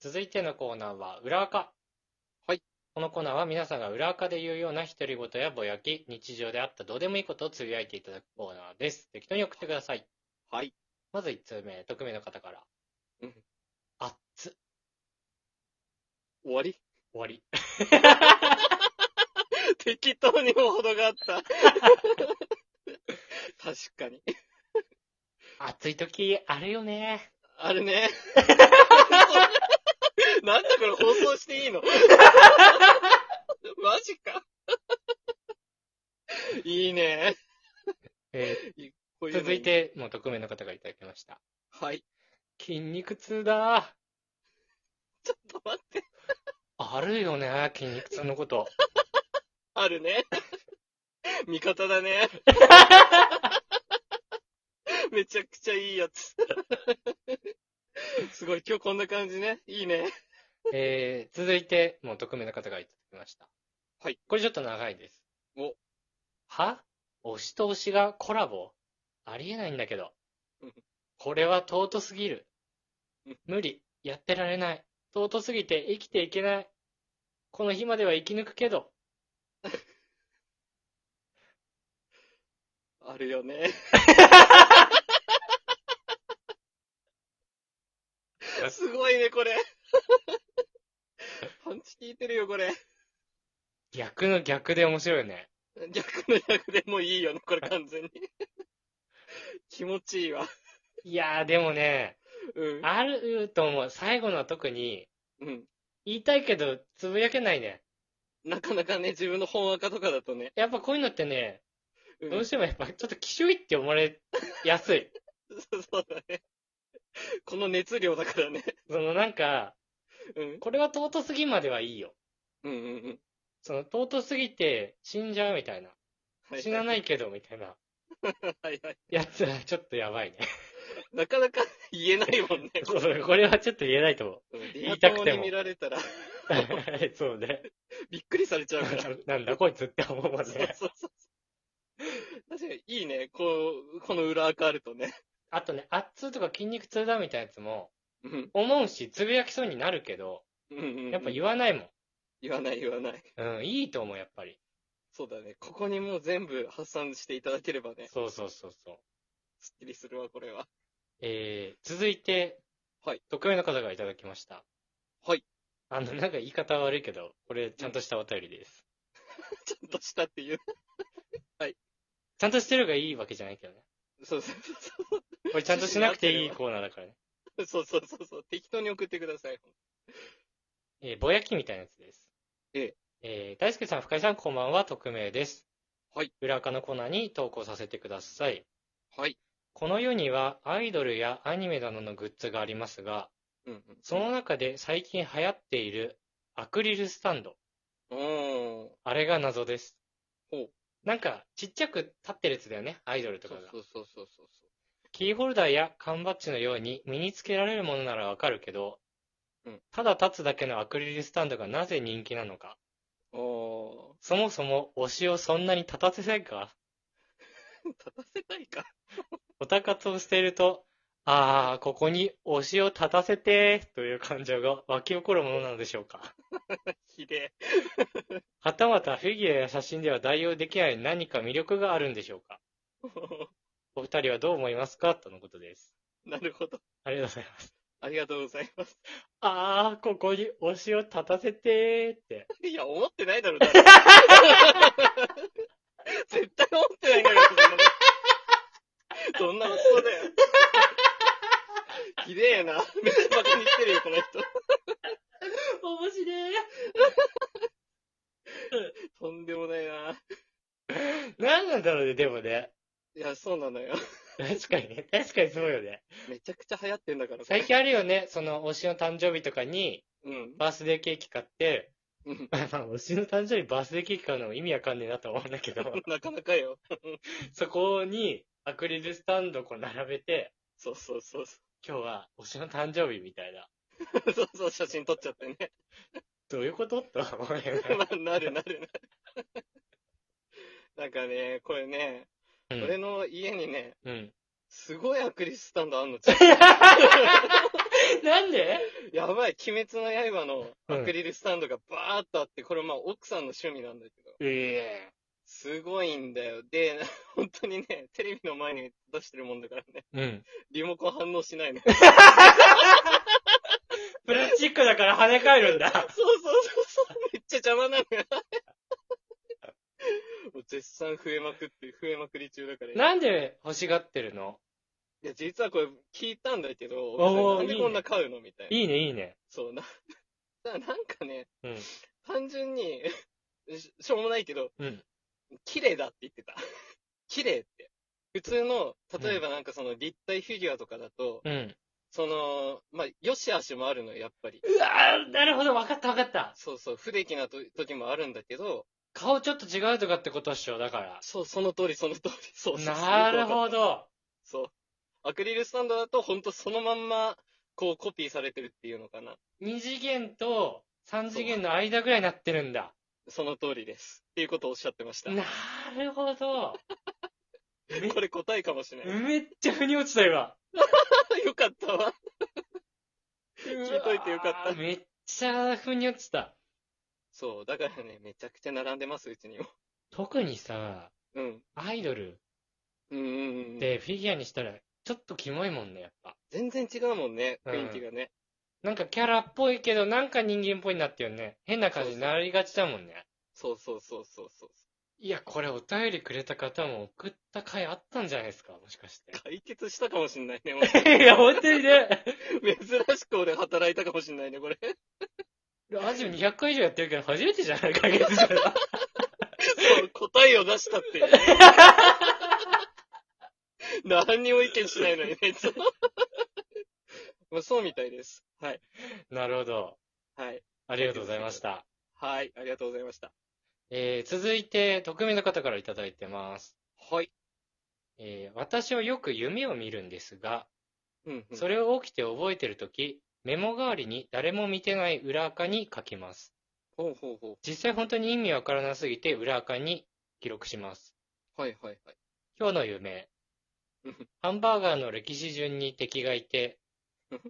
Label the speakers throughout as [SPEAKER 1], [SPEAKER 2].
[SPEAKER 1] 続いてのコーナーは、裏垢。
[SPEAKER 2] はい。
[SPEAKER 1] このコーナーは皆さんが裏垢で言うような独り言やぼやき、日常であったどうでもいいことをつぶやいていただくコーナーです。適当に送ってください。
[SPEAKER 2] はい。
[SPEAKER 1] まず1通目、匿名の方から。
[SPEAKER 2] うん。
[SPEAKER 1] あっつ。
[SPEAKER 2] 終わり
[SPEAKER 1] 終わり。
[SPEAKER 2] 適当にも程があった。確かに。
[SPEAKER 1] 暑い時、あるよね。
[SPEAKER 2] あれね。 なんだこれ放送していいの マジか。いいね。
[SPEAKER 1] え
[SPEAKER 2] こう
[SPEAKER 1] ー
[SPEAKER 2] うの
[SPEAKER 1] 続い。て、もう匿名の方がいただきました。
[SPEAKER 2] はい。
[SPEAKER 1] 筋肉痛だ。
[SPEAKER 2] ちょっと待って。
[SPEAKER 1] あるよね、筋肉痛のこと。
[SPEAKER 2] あるね。味方だね。 めちゃくちゃいいやつ。すごい、今日こんな感じね。いいね。
[SPEAKER 1] えー、続いて、もう匿名の方がいただきました。
[SPEAKER 2] はい。
[SPEAKER 1] これちょっと長いです。
[SPEAKER 2] お。
[SPEAKER 1] は推しと推しがコラボありえないんだけど
[SPEAKER 2] うん。
[SPEAKER 1] これは尊すぎる
[SPEAKER 2] うん。
[SPEAKER 1] 無理。やってられない。尊すぎて生きていけない。この日までは生き抜くけど。
[SPEAKER 2] あるよね。すごいね、これ。パンチ効いてるよ、これ。
[SPEAKER 1] 逆の逆で面白いよね。
[SPEAKER 2] 逆の逆でもういいよね、これ完全に。気持ちいいわ。
[SPEAKER 1] いやー、でもね、
[SPEAKER 2] うん。
[SPEAKER 1] あると思う。最後のは特に、
[SPEAKER 2] うん。
[SPEAKER 1] 言いたいけど、つぶやけないね。
[SPEAKER 2] なかなかね、自分の本垢とかだとね。
[SPEAKER 1] やっぱこういうのってね、
[SPEAKER 2] うん
[SPEAKER 1] どうしてもやっぱちょっときしょいって思われやすい。
[SPEAKER 2] そうそうだね。この熱量だからね。
[SPEAKER 1] そのなんか、
[SPEAKER 2] うん。
[SPEAKER 1] これは尊すぎまではいいよ。
[SPEAKER 2] うんうんうん。
[SPEAKER 1] その尊すぎて死んじゃうみたいな。
[SPEAKER 2] は。
[SPEAKER 1] 死なないいけどみたいな。
[SPEAKER 2] はいはい。
[SPEAKER 1] やつはちょっとやばいね。
[SPEAKER 2] なかなか言えないもんね。
[SPEAKER 1] そうこれはちょっと言えないと思う。
[SPEAKER 2] リア
[SPEAKER 1] いたく
[SPEAKER 2] 友
[SPEAKER 1] て
[SPEAKER 2] に
[SPEAKER 1] も
[SPEAKER 2] 見られたら、
[SPEAKER 1] そうね。
[SPEAKER 2] びっくりされちゃうから。
[SPEAKER 1] なんだこいつって思うもん
[SPEAKER 2] そう
[SPEAKER 1] ね。
[SPEAKER 2] そうそう。確かに、いいね。こう、この裏垢あるとね。
[SPEAKER 1] あとね、圧痛とか筋肉痛だみたいなやつも、
[SPEAKER 2] うん。
[SPEAKER 1] 思うし、つぶやきそうになるけど、
[SPEAKER 2] うんうんうん。
[SPEAKER 1] やっぱ言わないもん。
[SPEAKER 2] 言わない言わない。
[SPEAKER 1] うん、いいと思う、やっぱり。
[SPEAKER 2] そうだね。ここにもう全部発散していただければね、
[SPEAKER 1] そうそうそうそう。
[SPEAKER 2] すっきりするわ、これは。
[SPEAKER 1] えー、続いて、
[SPEAKER 2] はい。
[SPEAKER 1] 匿名の方がいただきました。
[SPEAKER 2] はい。
[SPEAKER 1] あの、なんか言い方悪いけど、これ、ちゃんとしたお便りです。
[SPEAKER 2] ちゃんとしたっていう。
[SPEAKER 1] ちゃんとしてるがいいわけじゃないけどね。
[SPEAKER 2] そうそうそう
[SPEAKER 1] これ、ちゃんとしなくて いいコーナーだからね。
[SPEAKER 2] そう。そうそうそうそう。適当に送ってください。
[SPEAKER 1] えー、ぼやきみたいなやつです。
[SPEAKER 2] ええ。
[SPEAKER 1] えー、大輔さん、深井さん、こんばんは、匿名です。
[SPEAKER 2] はい。
[SPEAKER 1] 裏垢のコーナーに投稿させてください。
[SPEAKER 2] はい。
[SPEAKER 1] この世には、アイドルやアニメなどのグッズがありますが、
[SPEAKER 2] うんうん。
[SPEAKER 1] その中で最近流行っているアクリルスタンド。
[SPEAKER 2] うーん。
[SPEAKER 1] あれが謎です。
[SPEAKER 2] ほう
[SPEAKER 1] なんか、ちっちゃく立ってるやつだよね、アイドルと
[SPEAKER 2] そ
[SPEAKER 1] かが
[SPEAKER 2] う。そうそうそうそう。
[SPEAKER 1] キーホルダーや缶バッジのように身につけられるものならわかるけど、
[SPEAKER 2] うん
[SPEAKER 1] ただ立つだけのアクリルスタンドがなぜ人気なのか。
[SPEAKER 2] お
[SPEAKER 1] そもそも推しをそんなに立たせないか
[SPEAKER 2] ー。立たせないか。
[SPEAKER 1] おたかつを捨てると、あー、ここに推しを立たせて、という感情が湧き起こるものなのでしょうか。
[SPEAKER 2] ひで
[SPEAKER 1] はたまたフィギュアや写真では代用できない何か魅力があるんでしょうか。
[SPEAKER 2] え。
[SPEAKER 1] お二人はどう思いますかとのことです。
[SPEAKER 2] なるほど。
[SPEAKER 1] ありがとうございます。
[SPEAKER 2] ありがとうございます。
[SPEAKER 1] あー、ここに推しを立たせてーって。
[SPEAKER 2] いや、思って ないだろ、誰も絶対思ってないんだから、そんなの。どんな発想だよ。ひでえな。めっちゃバカにしてるよ、この人。
[SPEAKER 1] 面白い。
[SPEAKER 2] とんでもないな。
[SPEAKER 1] 何なんだろうね、でもね。
[SPEAKER 2] いや、そうなのよ。
[SPEAKER 1] 確かにね。確かにそうよね。
[SPEAKER 2] めちゃくちゃ流行ってんだから、これ
[SPEAKER 1] 最近あるよね、その推しの誕生日とかに、
[SPEAKER 2] うん。
[SPEAKER 1] バースデーケーキ買って、
[SPEAKER 2] うん
[SPEAKER 1] まあ推しの誕生日バースデーケーキ買うのも意味わかんねえなと思うんだけ ど、
[SPEAKER 2] なかなかよ。
[SPEAKER 1] そこにアクリルスタンドをこう並べて、
[SPEAKER 2] そうそうそうそ
[SPEAKER 1] 今日は推しの誕生日みたいな。
[SPEAKER 2] う。そうそう、写真撮っちゃってね。
[SPEAKER 1] どういうことと思うよ ね。
[SPEAKER 2] まあなるなるなる。なんかね、これね、
[SPEAKER 1] うん
[SPEAKER 2] 俺の家にね、
[SPEAKER 1] うん。
[SPEAKER 2] すごいアクリルスタンドあんの。ちょっと
[SPEAKER 1] なんで
[SPEAKER 2] やばい、鬼滅の刃の
[SPEAKER 1] うん
[SPEAKER 2] アクリルスタンドがバーっとあって、これまあ奥さんの趣味なんだけど、
[SPEAKER 1] ええ
[SPEAKER 2] すごいんだよ。で、 本当にね、テレビの前に出してるもんだからね、
[SPEAKER 1] うん。
[SPEAKER 2] リモコン反応 しないの。
[SPEAKER 1] プラスチックだから跳ね返るんだ。
[SPEAKER 2] そうそうそうそう。めっちゃ邪魔なのよ。もう絶賛増えまくって、増えまくり中だから。い
[SPEAKER 1] なんで欲しがってるの
[SPEAKER 2] や、実はこれ聞いたんだけど、
[SPEAKER 1] おー
[SPEAKER 2] なんでこんな買うのみたいな。
[SPEAKER 1] いいね、いいね。
[SPEAKER 2] そうな。 だからなんかね、
[SPEAKER 1] うん
[SPEAKER 2] 単純に、 ししょうもないけど、
[SPEAKER 1] うん。
[SPEAKER 2] 綺麗だって言ってた。 綺麗って。普通の、例えばなんかその立体フィギュアとかだと、
[SPEAKER 1] うん。
[SPEAKER 2] その、まあ、良し悪しもあるのよ、やっぱり。
[SPEAKER 1] うわーなるほど、わかったわかった。
[SPEAKER 2] そうそう、不出来なと時もあるんだけど、
[SPEAKER 1] 顔ちょっと違うとかってことっしょ、だから。
[SPEAKER 2] そう、その通り、その通り。そうそうそう
[SPEAKER 1] なるほ。ど。
[SPEAKER 2] そう。アクリルスタンドだと、ほんとそのまんま、こうコピーされてるっていうのかな。
[SPEAKER 1] 2次元と3次元の間ぐらいになってるんだ。
[SPEAKER 2] その通りです。っていうことをおっしゃってました。
[SPEAKER 1] なるほど。め
[SPEAKER 2] これ答えかもしれない。
[SPEAKER 1] めっちゃ腑に落ちた今。
[SPEAKER 2] よかったわ。
[SPEAKER 1] 聞
[SPEAKER 2] いといてよかった
[SPEAKER 1] めっちゃ腑に落ちた。
[SPEAKER 2] そう、だからね、めちゃくちゃ並んでます、うちにも。
[SPEAKER 1] 特にさ、
[SPEAKER 2] うん。
[SPEAKER 1] アイドル
[SPEAKER 2] うんうんうん。
[SPEAKER 1] でフィギュアにしたらちょっとキモいもんね、やっぱ。
[SPEAKER 2] 全然違うもんね、
[SPEAKER 1] うん
[SPEAKER 2] 雰囲気がね。
[SPEAKER 1] なんかキャラっぽいけど、なんか人間っぽいなってよね。変な感じになりがちだもんね。
[SPEAKER 2] そうそうそうそうそう。
[SPEAKER 1] いや、これお便りくれた方も送った回あったんじゃないですか、もしかして。
[SPEAKER 2] 解決したかもしんないね。
[SPEAKER 1] いや、本当にね。
[SPEAKER 2] 俺珍しく俺働いたかもしんないね、これ。
[SPEAKER 1] ラジオ200回以上やってるけど、初めてじゃないか、月じゃ ない。
[SPEAKER 2] そう、答えを出したっていう。何にも意見しないのにね、いつも。まあそうみたいです。はい。
[SPEAKER 1] なるほど。
[SPEAKER 2] はい。
[SPEAKER 1] ありがとうございました。
[SPEAKER 2] はい。ありがとうございました。
[SPEAKER 1] えー、続いて、匿名の方からいただいてます。
[SPEAKER 2] はい。
[SPEAKER 1] えー、私はよく夢を見るんですが、
[SPEAKER 2] うん、うん。
[SPEAKER 1] それを起きて覚えてるとき、メモ代わりに誰も見てない裏垢に書きます。
[SPEAKER 2] ほうほうほ
[SPEAKER 1] 実際本当に意味わからなすぎて裏垢に記録します。
[SPEAKER 2] う。はいはいはい。
[SPEAKER 1] 今日の夢
[SPEAKER 2] うん。
[SPEAKER 1] ハンバーガーの歴史順に敵がいて、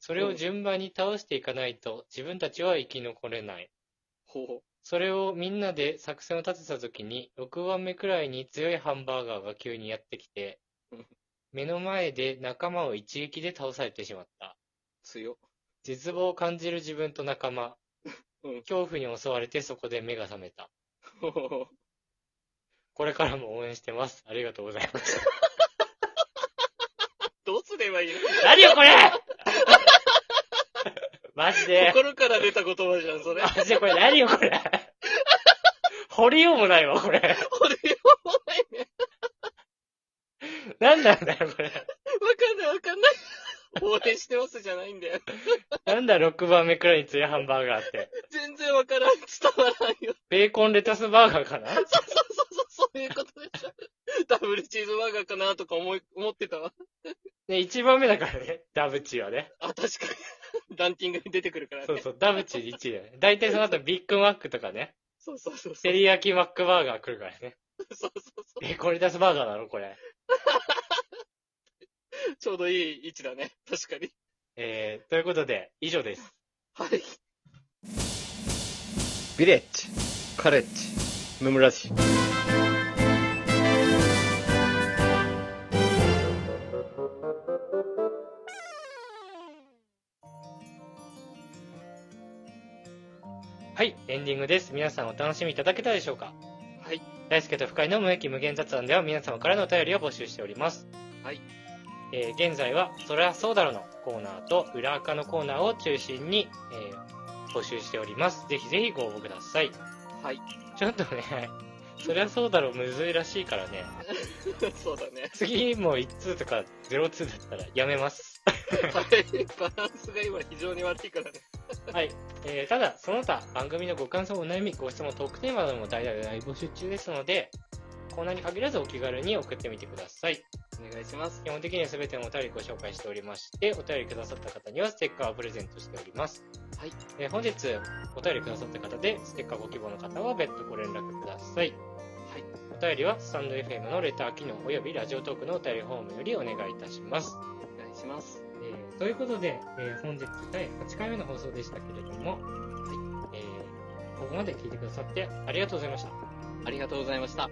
[SPEAKER 1] それを順番に倒していかないと自分たちは生き残れない。
[SPEAKER 2] ほうほ
[SPEAKER 1] それをみんなで作戦を立てた時に、6番目くらいに強いハンバーガーが急にやってきて
[SPEAKER 2] うん、
[SPEAKER 1] 目の前で仲間を一撃で倒されてしまった。
[SPEAKER 2] 強。
[SPEAKER 1] 絶望を感じる自分と仲間
[SPEAKER 2] うん。
[SPEAKER 1] 恐怖に襲われてそこで目が覚めた。
[SPEAKER 2] ほうほうほう
[SPEAKER 1] これからも応援してます。ありがとうございます。
[SPEAKER 2] どうすればいいの
[SPEAKER 1] 何よこれ マジで。
[SPEAKER 2] 心から出た言葉じゃん、そ れ。
[SPEAKER 1] マジでこれ何よこれ掘りようもないわ、これ。
[SPEAKER 2] 俺ようもないね。
[SPEAKER 1] 何なんだよ、これ。
[SPEAKER 2] わかんないわかんない。応援してますじゃないんだよ。
[SPEAKER 1] なんだ、6番目くらいに強いハンバーガーって。
[SPEAKER 2] 全然わからん。伝わらんよ。
[SPEAKER 1] ベーコンレタスバーガーかな
[SPEAKER 2] そうそうそうそう、そういうことでしょ。ダブルチーズバーガーかなとか思い、思ってたわ。
[SPEAKER 1] ね、1番目だからね。ダブチはね。
[SPEAKER 2] あ、確かに。ランキングに出てくるからね。
[SPEAKER 1] そうそう、ダブチ1位だよね。大体その後ビッグマックとかね。
[SPEAKER 2] そうそうそうそう。
[SPEAKER 1] テリヤキマックバーガー来るからね。
[SPEAKER 2] そうそうそ
[SPEAKER 1] ベーコンレタスバーガーなのこれ。
[SPEAKER 2] う。ちょうどいい位置だね。確かに。
[SPEAKER 1] えー、ということで、以上です。
[SPEAKER 2] はい。ビレッジ、カレッジ、ムムラジ。
[SPEAKER 1] はい、エンディングです。皆さんお楽しみいただけたでしょうか
[SPEAKER 2] はい。
[SPEAKER 1] 大輔と深井の無益無限雑談では皆様からのお便りを募集しております。
[SPEAKER 2] はい。
[SPEAKER 1] えー現在は、そりゃそうだろのコーナーと裏垢のコーナーを中心に、えー募集しております。ぜひぜひご応募ください。
[SPEAKER 2] はい。
[SPEAKER 1] ちょっとね、そりゃそうだろむずいらしいからね、
[SPEAKER 2] そうだね。
[SPEAKER 1] 次も1通とか0通だったらやめます。
[SPEAKER 2] はい。バランスが今非常に悪いからね。
[SPEAKER 1] はい。えーただ、その他、番組のご感想、お悩み、ご質問、トークテーマなども大々大募集中ですので、コーナーに限らずお気軽に送ってみてください。
[SPEAKER 2] お願いします。
[SPEAKER 1] 基本的には全てのお便りご紹介しておりまして、お便りくださった方にはステッカーをプレゼントしております。
[SPEAKER 2] はい。
[SPEAKER 1] えー本日、お便りくださった方で、ステッカーご希望の方は別途ご連絡ください。
[SPEAKER 2] はい。
[SPEAKER 1] お便りは、スタンド FM のレター機能およびラジオトークのお便りフォームよりお願いいたします。
[SPEAKER 2] お願いします。
[SPEAKER 1] えーということで、えー本日第8回目の放送でしたけれども、はいえーここまで聞いてくださってありがとうございました。
[SPEAKER 2] ありがとうございました。